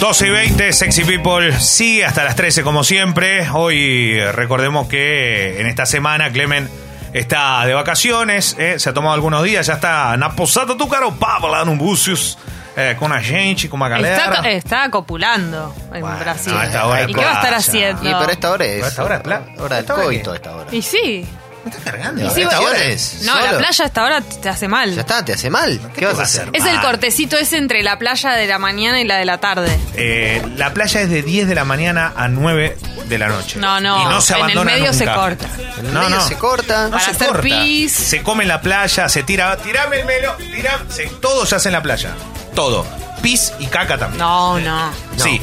12 y 20, Sexy People sigue hasta las 13 como siempre. Hoy eh, recordemos que eh, en esta semana Clemen está de vacaciones, eh, se ha tomado algunos días, ya está na posada do caro Pablo Numbucius eh, con la gente, con la galera. Está, eh, está copulando en Bueno, Brasil. a esta hora ¿Y qué va a estar playa. haciendo? Y pero esta hora es. Pero esta hora es pla- Hora del ¿esta hora coito, qué? esta hora. Y sí. Me está cargando. Y ¿eh? sí, Esta vos- hora es- es No, solo. la playa hasta ahora te hace mal. Ya está, te hace mal. ¿Qué, vas a hacer? Es el mal. cortecito ese entre la playa de la mañana y la de la tarde. Eh, la playa es de 10 de la mañana a 9 de la noche. No, no, Y no se en el abandona medio se nunca. corta. En el No, medio no. Se corta. No Para se hacer corta. pis. Se come en la playa, se tira. Tirame el melo, tirame. se- todo se hace en la playa. Todo. Pis y caca también. No, no. No. Sí.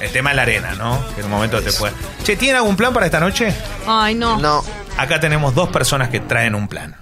El tema es la arena, ¿no? Que en un momento te puede. Che, ¿tienen algún plan para esta noche? Ay, no. No. Acá tenemos dos personas que traen un plan.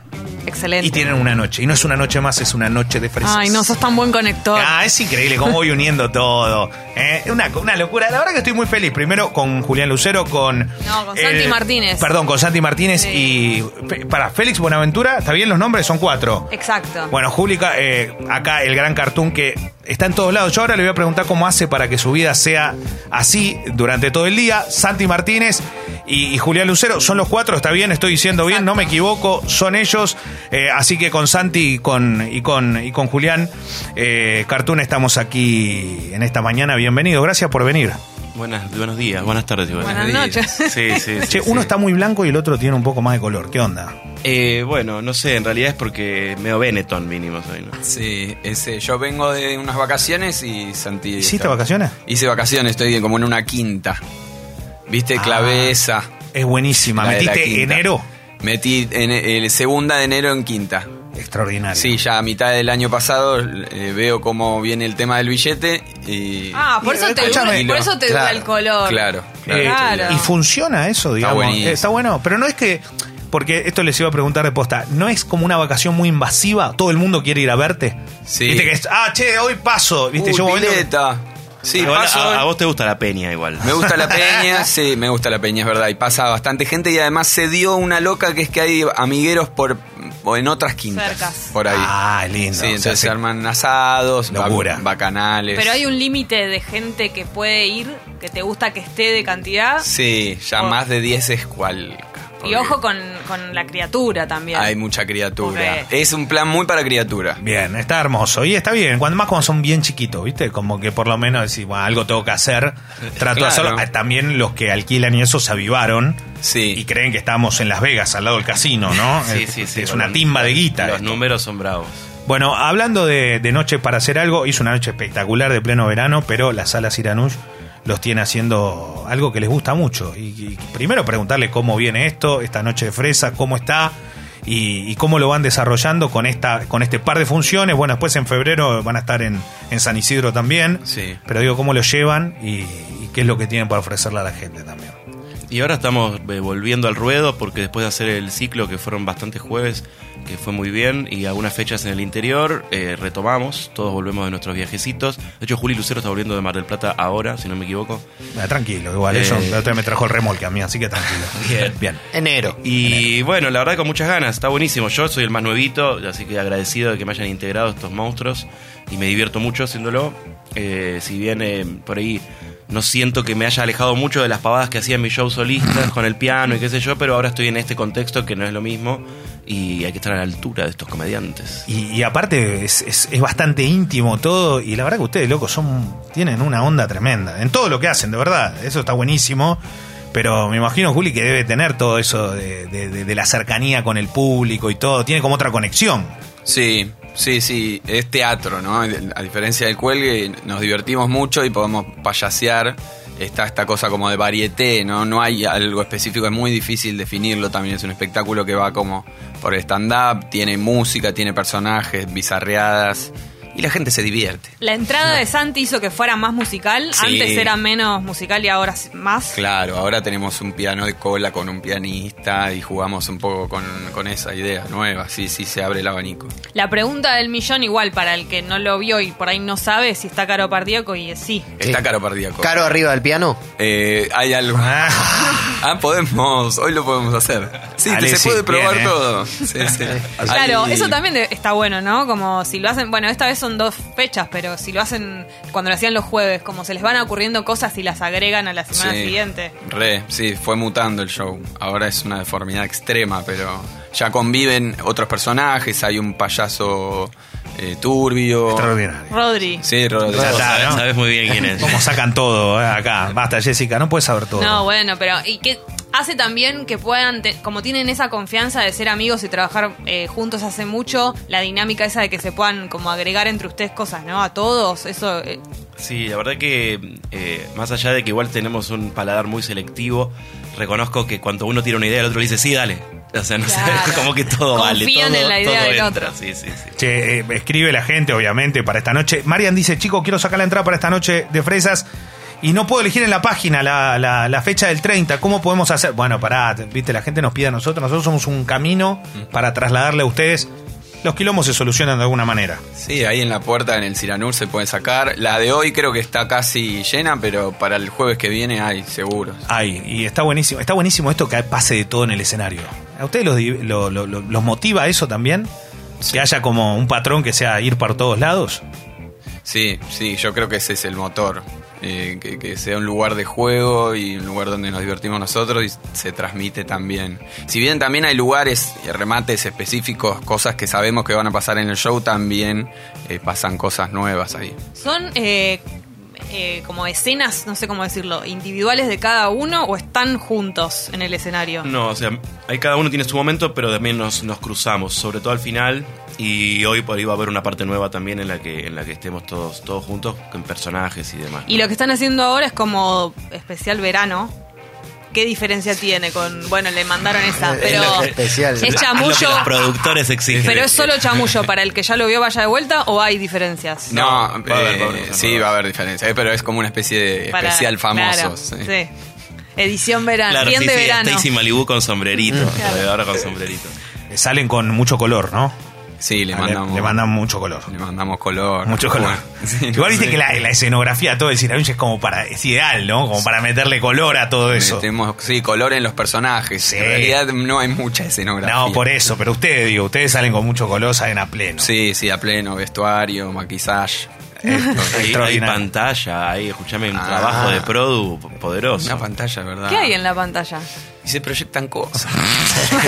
Excelente. Y tienen una noche. Y no es una noche más, es una noche de fresas. Ay, no sos tan buen conector. Ah, es increíble cómo voy uniendo todo. ¿eh? Una, una locura. La verdad que estoy muy feliz. Primero con Julián Lucero, con. eh, No, con Santi Martínez. Perdón, con Santi Martínez y. fe- Para Félix Buenaventura, ¿está bien los nombres? Son cuatro. Exacto. Bueno, Julica, eh, acá el gran cartoon que está en todos lados. Yo ahora le voy a preguntar cómo hace para que su vida sea así durante todo el día. Santi Martínez y, y Julián Lucero son los cuatro, está bien, estoy diciendo bien, no me equivoco, son ellos. Eh, así que con Santi y con, y con, y con Julián eh, Cartoon estamos aquí en esta mañana. Bienvenidos, gracias por venir. Buenas, buenos días, buenas tardes. Iván. Buenas noches. Sí, sí. sí, Che, uno sí. está muy blanco y el otro tiene un poco más de color. ¿Qué onda? Eh, bueno, no sé, en realidad es porque me Benetton mínimo soy, ¿no? Sí, ese, yo vengo de unas vacaciones y Santi. ¿Hiciste está- vacaciones? Hice vacaciones, estoy como en una quinta. ¿Viste? Ah. Claveza. Es buenísima. la de la ¿Metiste quinta. enero? Metí en, el segunda de enero en quinta. Extraordinario. Sí, ya a mitad del año pasado eh, veo cómo viene el tema del billete y. Ah, por eso te, Escúchame. por eso te dura Claro, el color. Claro, Eh, Claro. Y funciona eso, digamos. Eh, Está, buenísimo. bueno, pero no es que. Porque esto les iba a preguntar de posta. ¿No es como una vacación muy invasiva? ¿Todo el mundo quiere ir a verte? Sí. Viste que es, ah, che, hoy paso. Viste, Uy, yo un momento- pileta. Sí, Igual paso- a, a vos te gusta la peña igual. Me gusta la peña, sí, me gusta la peña, es verdad. Y pasa bastante gente y además se dio una loca que es que hay amigueros por o en otras quintas. Cercas. Por ahí. Ah, lindo. sí, O sea, entonces sí. se arman asados, ba- Locura. bacanales. Pero hay un límite de gente que puede ir, que te gusta que esté de cantidad. Sí, ya Oh. más de 10 es cualca. Y porque ojo con, con la criatura también. Hay mucha criatura. Porque- Es un plan muy para criatura. Bien, está hermoso. Y está bien. Cuando más cuando son bien chiquitos, ¿viste? Como que por lo menos decís, bueno, algo tengo que hacer. Trato de Claro. hacerlo. Ah, También los que alquilan y eso se avivaron. Sí. Y creen que estamos en Las Vegas, al lado del casino, ¿no? Sí, Eh, sí, sí. Es bueno, una timba de guita. Los esto. números son bravos. Bueno, hablando de, de noches para hacer algo, hizo una noche espectacular de pleno verano, pero la sala Siranush los tiene haciendo algo que les gusta mucho. Y, y primero preguntarle cómo viene esto, esta noche de fresa, cómo está y, y cómo lo van desarrollando con esta con este par de funciones. Bueno, después en febrero van a estar en, en San Isidro también. Sí. Pero digo, cómo lo llevan y, y qué es lo que tienen para ofrecerle a la gente también. Y ahora estamos eh, volviendo al ruedo porque después de hacer el ciclo que fueron bastantes jueves, que fue muy bien, y algunas fechas en el interior, eh, retomamos, todos volvemos de nuestros viajecitos. De hecho, Juli Lucero está volviendo de Mar del Plata ahora, si no me equivoco. Ah, tranquilo, igual, eso Eh. la otra vez me trajo el remolque a mí, así que tranquilo. Bien. Bien. Enero. Y bueno, la verdad con muchas ganas, está buenísimo. Yo soy el más nuevito, así que agradecido de que me hayan integrado estos monstruos y me divierto mucho haciéndolo. Eh, si bien eh, por ahí no siento que me haya alejado mucho de las pavadas que hacía en mis shows solistas con el piano y qué sé yo, pero ahora estoy en este contexto que no es lo mismo y hay que estar a la altura de estos comediantes. Y, y aparte es, es- es bastante íntimo todo y la verdad que ustedes, locos, son tienen una onda tremenda en todo lo que hacen, de verdad. Eso está buenísimo. Pero me imagino, Juli, que debe tener todo eso de, de- de- de la cercanía con el público y todo. Tiene como otra conexión. Sí, sí, sí, es teatro, ¿no? A diferencia del cuelgue, nos divertimos mucho y podemos payasear. Está esta cosa como de varieté, ¿no? No hay algo específico, es muy difícil definirlo también. Es un espectáculo que va como por stand-up, tiene música, tiene personajes, bizarreadas. Y la gente se divierte. La entrada de Santi hizo que fuera más musical. Sí. Antes era menos musical y ahora es más. Claro, ahora tenemos un piano de cola con un pianista y jugamos un poco con, con esa idea nueva. Sí, sí, se abre el abanico. La pregunta del millón, igual, para el que no lo vio y por ahí no sabe si está caro cardíaco, y es sí. Está caro pardíaco. Caro arriba del piano. Eh, hay algo. Ah, podemos. Hoy Ah, lo podemos hacer. Sí, te Alexis, se puede probar bien, ¿eh? todo. Sí, sí. Claro, Ahí- eso también de- está bueno, ¿no? Como si lo hacen, bueno, esta vez son dos fechas, pero si lo hacen cuando lo hacían los jueves, como se les van ocurriendo cosas y las agregan a la semana Sí. siguiente. Re, sí, fue mutando el show. Ahora es una deformidad extrema, pero ya conviven otros personajes, hay un payaso eh, turbio. Extraordinario. Rodri. Sí, Rodolfo. Ya está, Sabes, ¿no? sabes muy bien quién es. ¿Cómo sacan todo eh, acá? Basta, Jessica, no puedes saber todo. No, bueno, pero y que hace también que puedan, te- como tienen esa confianza de ser amigos y trabajar eh, juntos hace mucho, la dinámica esa de que se puedan como agregar entre ustedes cosas, ¿no? A todos, eso eh, Sí, la verdad que eh, más allá de que igual tenemos un paladar muy selectivo, reconozco que cuando uno tiene una idea, el otro le dice, sí, dale. O sea, no sé, Claro. como que todo vale. Confían todo- en la idea todo del entra. otro. Sí, sí, sí. Che, eh, escribe la gente, obviamente, para esta noche. Marian dice, chico, quiero sacar la entrada para esta noche de fresas. Y no puedo elegir en la página la, la- la fecha del 30. ¿Cómo podemos hacer? Bueno, pará, te- viste, la gente nos pide a nosotros. Nosotros somos un camino para trasladarle a ustedes. Los quilombos se solucionan de alguna manera. Sí, ahí en la puerta, en el Ciranur, se puede sacar. La de hoy creo que está casi llena, pero para el jueves que viene hay, seguro. Ay, y está buenísimo. Está buenísimo esto que pase de todo en el escenario. ¿A ustedes los, di- lo- lo- lo- los motiva eso también? Que haya como un patrón que sea ir para todos lados. Sí, sí, yo creo que ese es el motor. eh, que, que sea un lugar de juego y un lugar donde nos divertimos nosotros y se transmite también. Si bien también hay lugares, eh, remates específicos, cosas que sabemos que van a pasar en el show, también eh, pasan cosas nuevas ahí. son eh, eh, como escenas, no sé cómo decirlo, individuales de cada uno o están juntos en el escenario. No, o sea, ahí cada uno tiene su momento, pero también nos, nos cruzamos, sobre todo al final. Y hoy por ahí va a haber una parte nueva también en la que, en la que estemos todos, todos juntos, con personajes y demás. Y lo que están haciendo ahora es como especial verano. ¿Qué diferencia tiene con, bueno, le mandaron esa, Es pero lo que es especial. es Ah, lo que chamullo, los productores exigen. pero es solo chamullo para el que ya lo vio vaya de vuelta o hay diferencias. No, va a haber, va a haber, eh, va a haber. sí, va a haber diferencias, eh, pero es como una especie de Para- especial famoso. claro, sí. sí. Edición verano, Claro, sí, bien sí, de verano. Stacy Malibu con sombrerito. Claro. Ahora con sombrerito. Eh, Salen con mucho color, ¿no? Sí, le Ah, mandamos, le mandan mucho color. le mandamos color. Mucho color. Sí, Igual viste sí. que la, la escenografía, todo el Ciravich es como para. Es ideal, ¿no? Como para meterle color a todo eso. Metemos, sí, color en los personajes. Sí. En realidad no hay mucha escenografía. No, por eso, pero ustedes, digo, ustedes salen con mucho color, salen a pleno. Sí, sí, a pleno, vestuario, maquillaje. Hay, hay Extraordinario. pantalla, hay, escuchame, un Ah. trabajo de produ poderoso. Una pantalla, ¿verdad? ¿Qué hay en la pantalla? Y se proyectan cosas.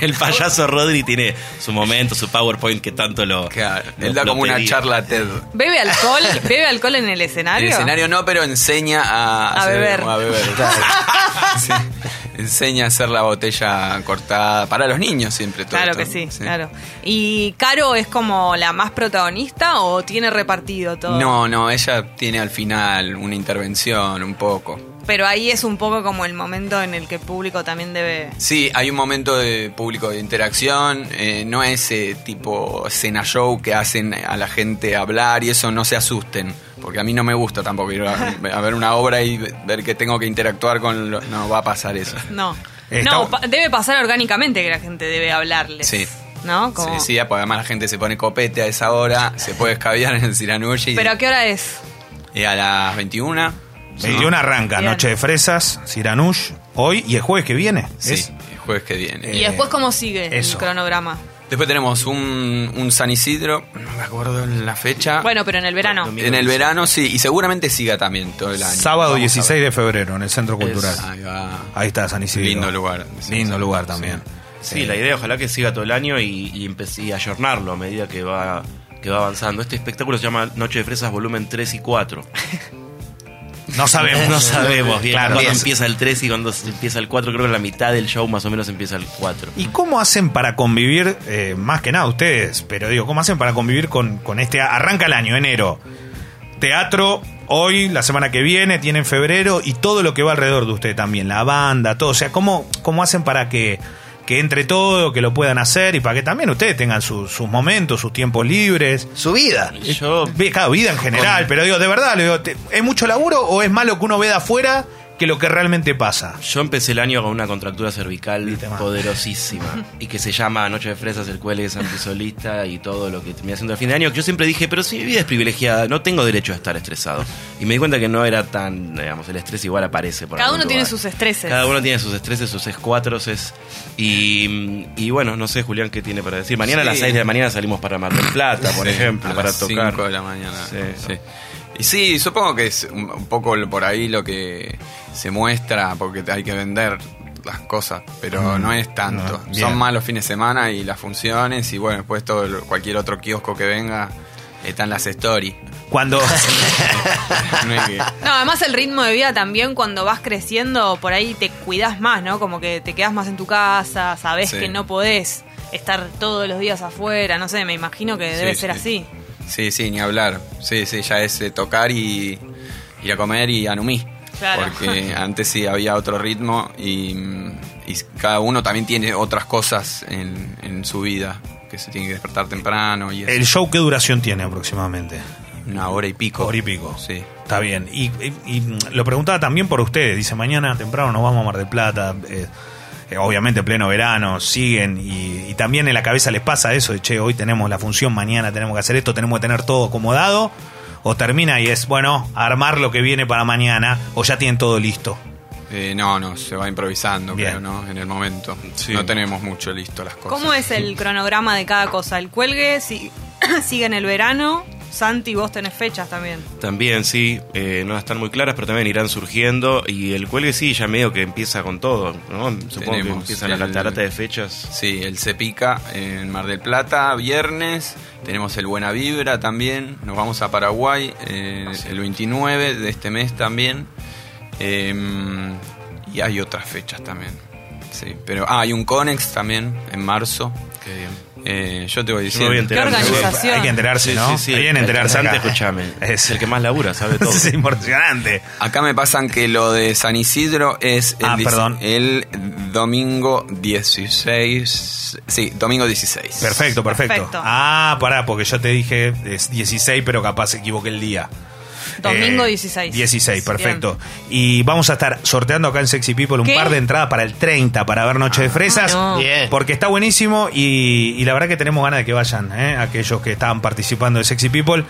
el payaso Rodri tiene su momento, su PowerPoint que tanto lo. Claro, lo- Él da lo como una pedía. charla TED. ¿Bebe alcohol? ¿Bebe alcohol en el El escenario? escenario no, pero enseña a, A hacer- beber. a Claro. Sí. Enseña a hacer la botella cortada. Para los niños siempre todo Claro esto, que sí, claro. ¿Y Caro es como la más protagonista o tiene repartido todo? No, no, ella tiene al final una intervención, un poco. Pero ahí es un poco como el momento en el que el público también debe... Sí, hay un momento de público de interacción, eh, no es eh, tipo cena show que hacen a la gente hablar y eso, no se asusten, porque a mí no me gusta tampoco ir a, a ver una obra y ver que tengo que interactuar con... lo- no, va a pasar eso. No. Está No, bueno. pa- debe pasar orgánicamente que la gente debe hablarles. Sí. ¿No? Sí, Como- sí, porque además la gente se pone copete a esa hora, se puede escabiar en el Siranushi ¿Pero a qué hora es? y a las 21. ¿no? 21 arranca, Bien. Noche de Fresas, Siranush, hoy y el jueves que viene. Sí, Es- el jueves que viene. ¿Y Eh, después cómo sigue eso. el cronograma? Después tenemos un, un San Isidro, no me acuerdo la fecha. Bueno, pero en el verano. Domingo. En el verano sí, y seguramente siga también todo el año. sábado Vamos a 16 de febrero en el Centro Cultural. ver. Ahí va. Ahí está San Isidro. Lindo lugar. Lindo Sí, lugar sí. también. Sí, la idea ojalá que siga todo el año y, y empe- y ayornarlo a medida que va, que va avanzando. Este espectáculo se llama Noche de Fresas volumen 3 y 4. No sabemos. Eh, No sabemos bien Claro, cuándo bien. empieza el 3 y cuándo se empieza el 4. Creo que la mitad del show más o menos empieza el 4. ¿Y cómo hacen para convivir, eh, más que nada ustedes, pero digo, cómo hacen para convivir con, con este... Arranca el año, enero. Teatro, hoy, la semana que viene, tienen febrero y todo lo que va alrededor de usted también, la banda, todo. O sea, ¿cómo, cómo hacen para que, que entre todo, que lo puedan hacer y para que también ustedes tengan su- sus momentos, sus tiempos libres? Su vida. Yo Ve, Cada vida en general, pero digo, de verdad, le digo, te- ¿es mucho laburo o es malo que uno ve de afuera que lo que realmente pasa. Yo empecé el año con una contractura cervical Viste, man. poderosísima y que se llama Noche de Fresas, el cual es antisolista y todo lo que terminé haciendo al fin de año. que Yo siempre dije, pero si mi vida es privilegiada, no tengo derecho a estar estresado. Y me di cuenta que no era tan, digamos, el estrés igual aparece. Por Cada algún uno tiene lugar. sus estreses. Cada uno tiene sus estreses, sus escuatroces. Y, y bueno, no sé, Julián, qué tiene para decir. Mañana a las Sí. 6 de la mañana salimos para Mar del Plata, por Sí, ejemplo, a para las tocar. 5 de la mañana. Sí. Sí. Y sí, supongo que es un, un poco lo- por ahí lo que se muestra, porque hay que vender las cosas, pero no es tanto. Mm. no, bien. Son malos fines de semana y las funciones, y bueno, después todo lo- cualquier otro kiosco que venga, están las stories. Cuando. No es que- No, además el ritmo de vida también cuando vas creciendo, por ahí te cuidas más, ¿no? Como que te quedas más en tu casa, sabes Sí. que no podés estar todos los días afuera, no sé, me imagino que debe Sí, ser sí. así. Sí, sí, ni hablar. Sí, sí, ya es eh, tocar y ir a comer y anumí. Claro. Porque antes sí había otro ritmo y, mm, y cada uno también tiene otras cosas en, en su vida. Que se tiene que despertar temprano y es ¿El show qué duración tiene aproximadamente? una hora y pico. Hora y pico. Sí. Está bien. Y, y- y, mm, lo preguntaba también por ustedes. Dice, mañana temprano nos vamos a Mar del Plata. eh, eh, obviamente pleno verano, siguen. Y, y también en la cabeza les pasa eso de, che, hoy tenemos la función, mañana tenemos que hacer esto, tenemos que tener todo acomodado. O termina y es, bueno, armar lo que viene para mañana. O ya tienen todo listo. Eh, no, no, se va improvisando, Bien. creo, ¿no? En el momento. Sí. No tenemos mucho listo las cosas. ¿Cómo es el cronograma de cada cosa? El cuelgue si- sigue en el verano, Santi, vos tenés fechas también. También, sí, eh, no están muy claras, pero también irán surgiendo. Y el cuelgue, sí, ya medio que empieza con todo, ¿no? Supongo que Tenemos empiezan el- la tarata de fechas. Sí, el Cepica en Mar del Plata, viernes. Tenemos el Buena Vibra también. Nos vamos a Paraguay eh, el 29 de este mes también. Eh, y hay otras fechas también. Sí, pero ah, hay un Conex también en marzo. Qué bien. Eh, yo te voy Yo me diciendo. voy a enterar. Qué organización. Hay que enterarse, Sí, ¿no? sí, sí. Hay que enterarse. Interesante, acá. escúchame. Es- Es el que más labura, sabe todo. es impresionante. Acá me pasan que lo de San Isidro es el, Ah, dis- perdón. el domingo 16. Sí, domingo 16. Perfecto, perfecto, Perfecto. Ah, pará, porque yo te dije es 16, pero capaz equivoqué el día. Domingo Eh, 16. 16, perfecto. Y vamos a estar sorteando acá en Sexy People un ¿Qué? par de entradas para el 30, para ver Noche de Fresas. Ah, no. Bien. Porque está buenísimo y, y la verdad que tenemos ganas de que vayan, ¿eh? aquellos que estaban participando de Sexy People.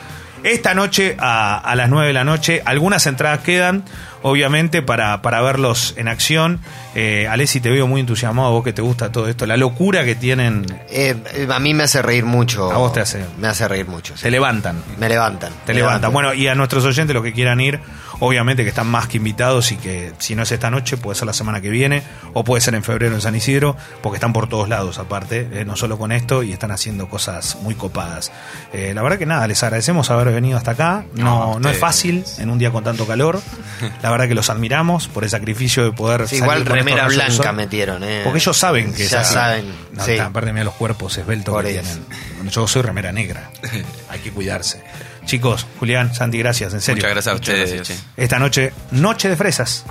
Esta noche a, a las 9 de la noche, algunas entradas quedan, obviamente, para, para verlos en acción. Eh, Alessi, te veo muy entusiasmado, vos que te gusta todo esto, la locura que tienen, Eh, eh, a mí me hace reír mucho. A vos te hace. Me hace reír mucho. sí. se levantan. Me levantan. Te me levantan. Bueno, y a nuestros oyentes, los que quieran ir, obviamente que están más que invitados y que si no es esta noche, puede ser la semana que viene o puede ser en febrero en San Isidro, porque están por todos lados aparte, eh, no solo con esto, y están haciendo cosas muy copadas. Eh, la verdad que nada, les agradecemos haber venido hasta acá. No, No, no es ustedes. fácil en un día con tanto calor. La verdad que los admiramos por el sacrificio de poder... Sí, salir igual con estos remera rayos del blanca sol. metieron, eh. Porque ellos saben que es Ya así. saben. No, sí. está, aparte, mirá los cuerpos esbeltos Por que eso. tienen. Bueno, Yo soy remera negra. Hay que cuidarse. Chicos, Julián, Santi, gracias, en serio. Muchas gracias a ustedes. gracias. che. Esta noche, Noche de Fresas.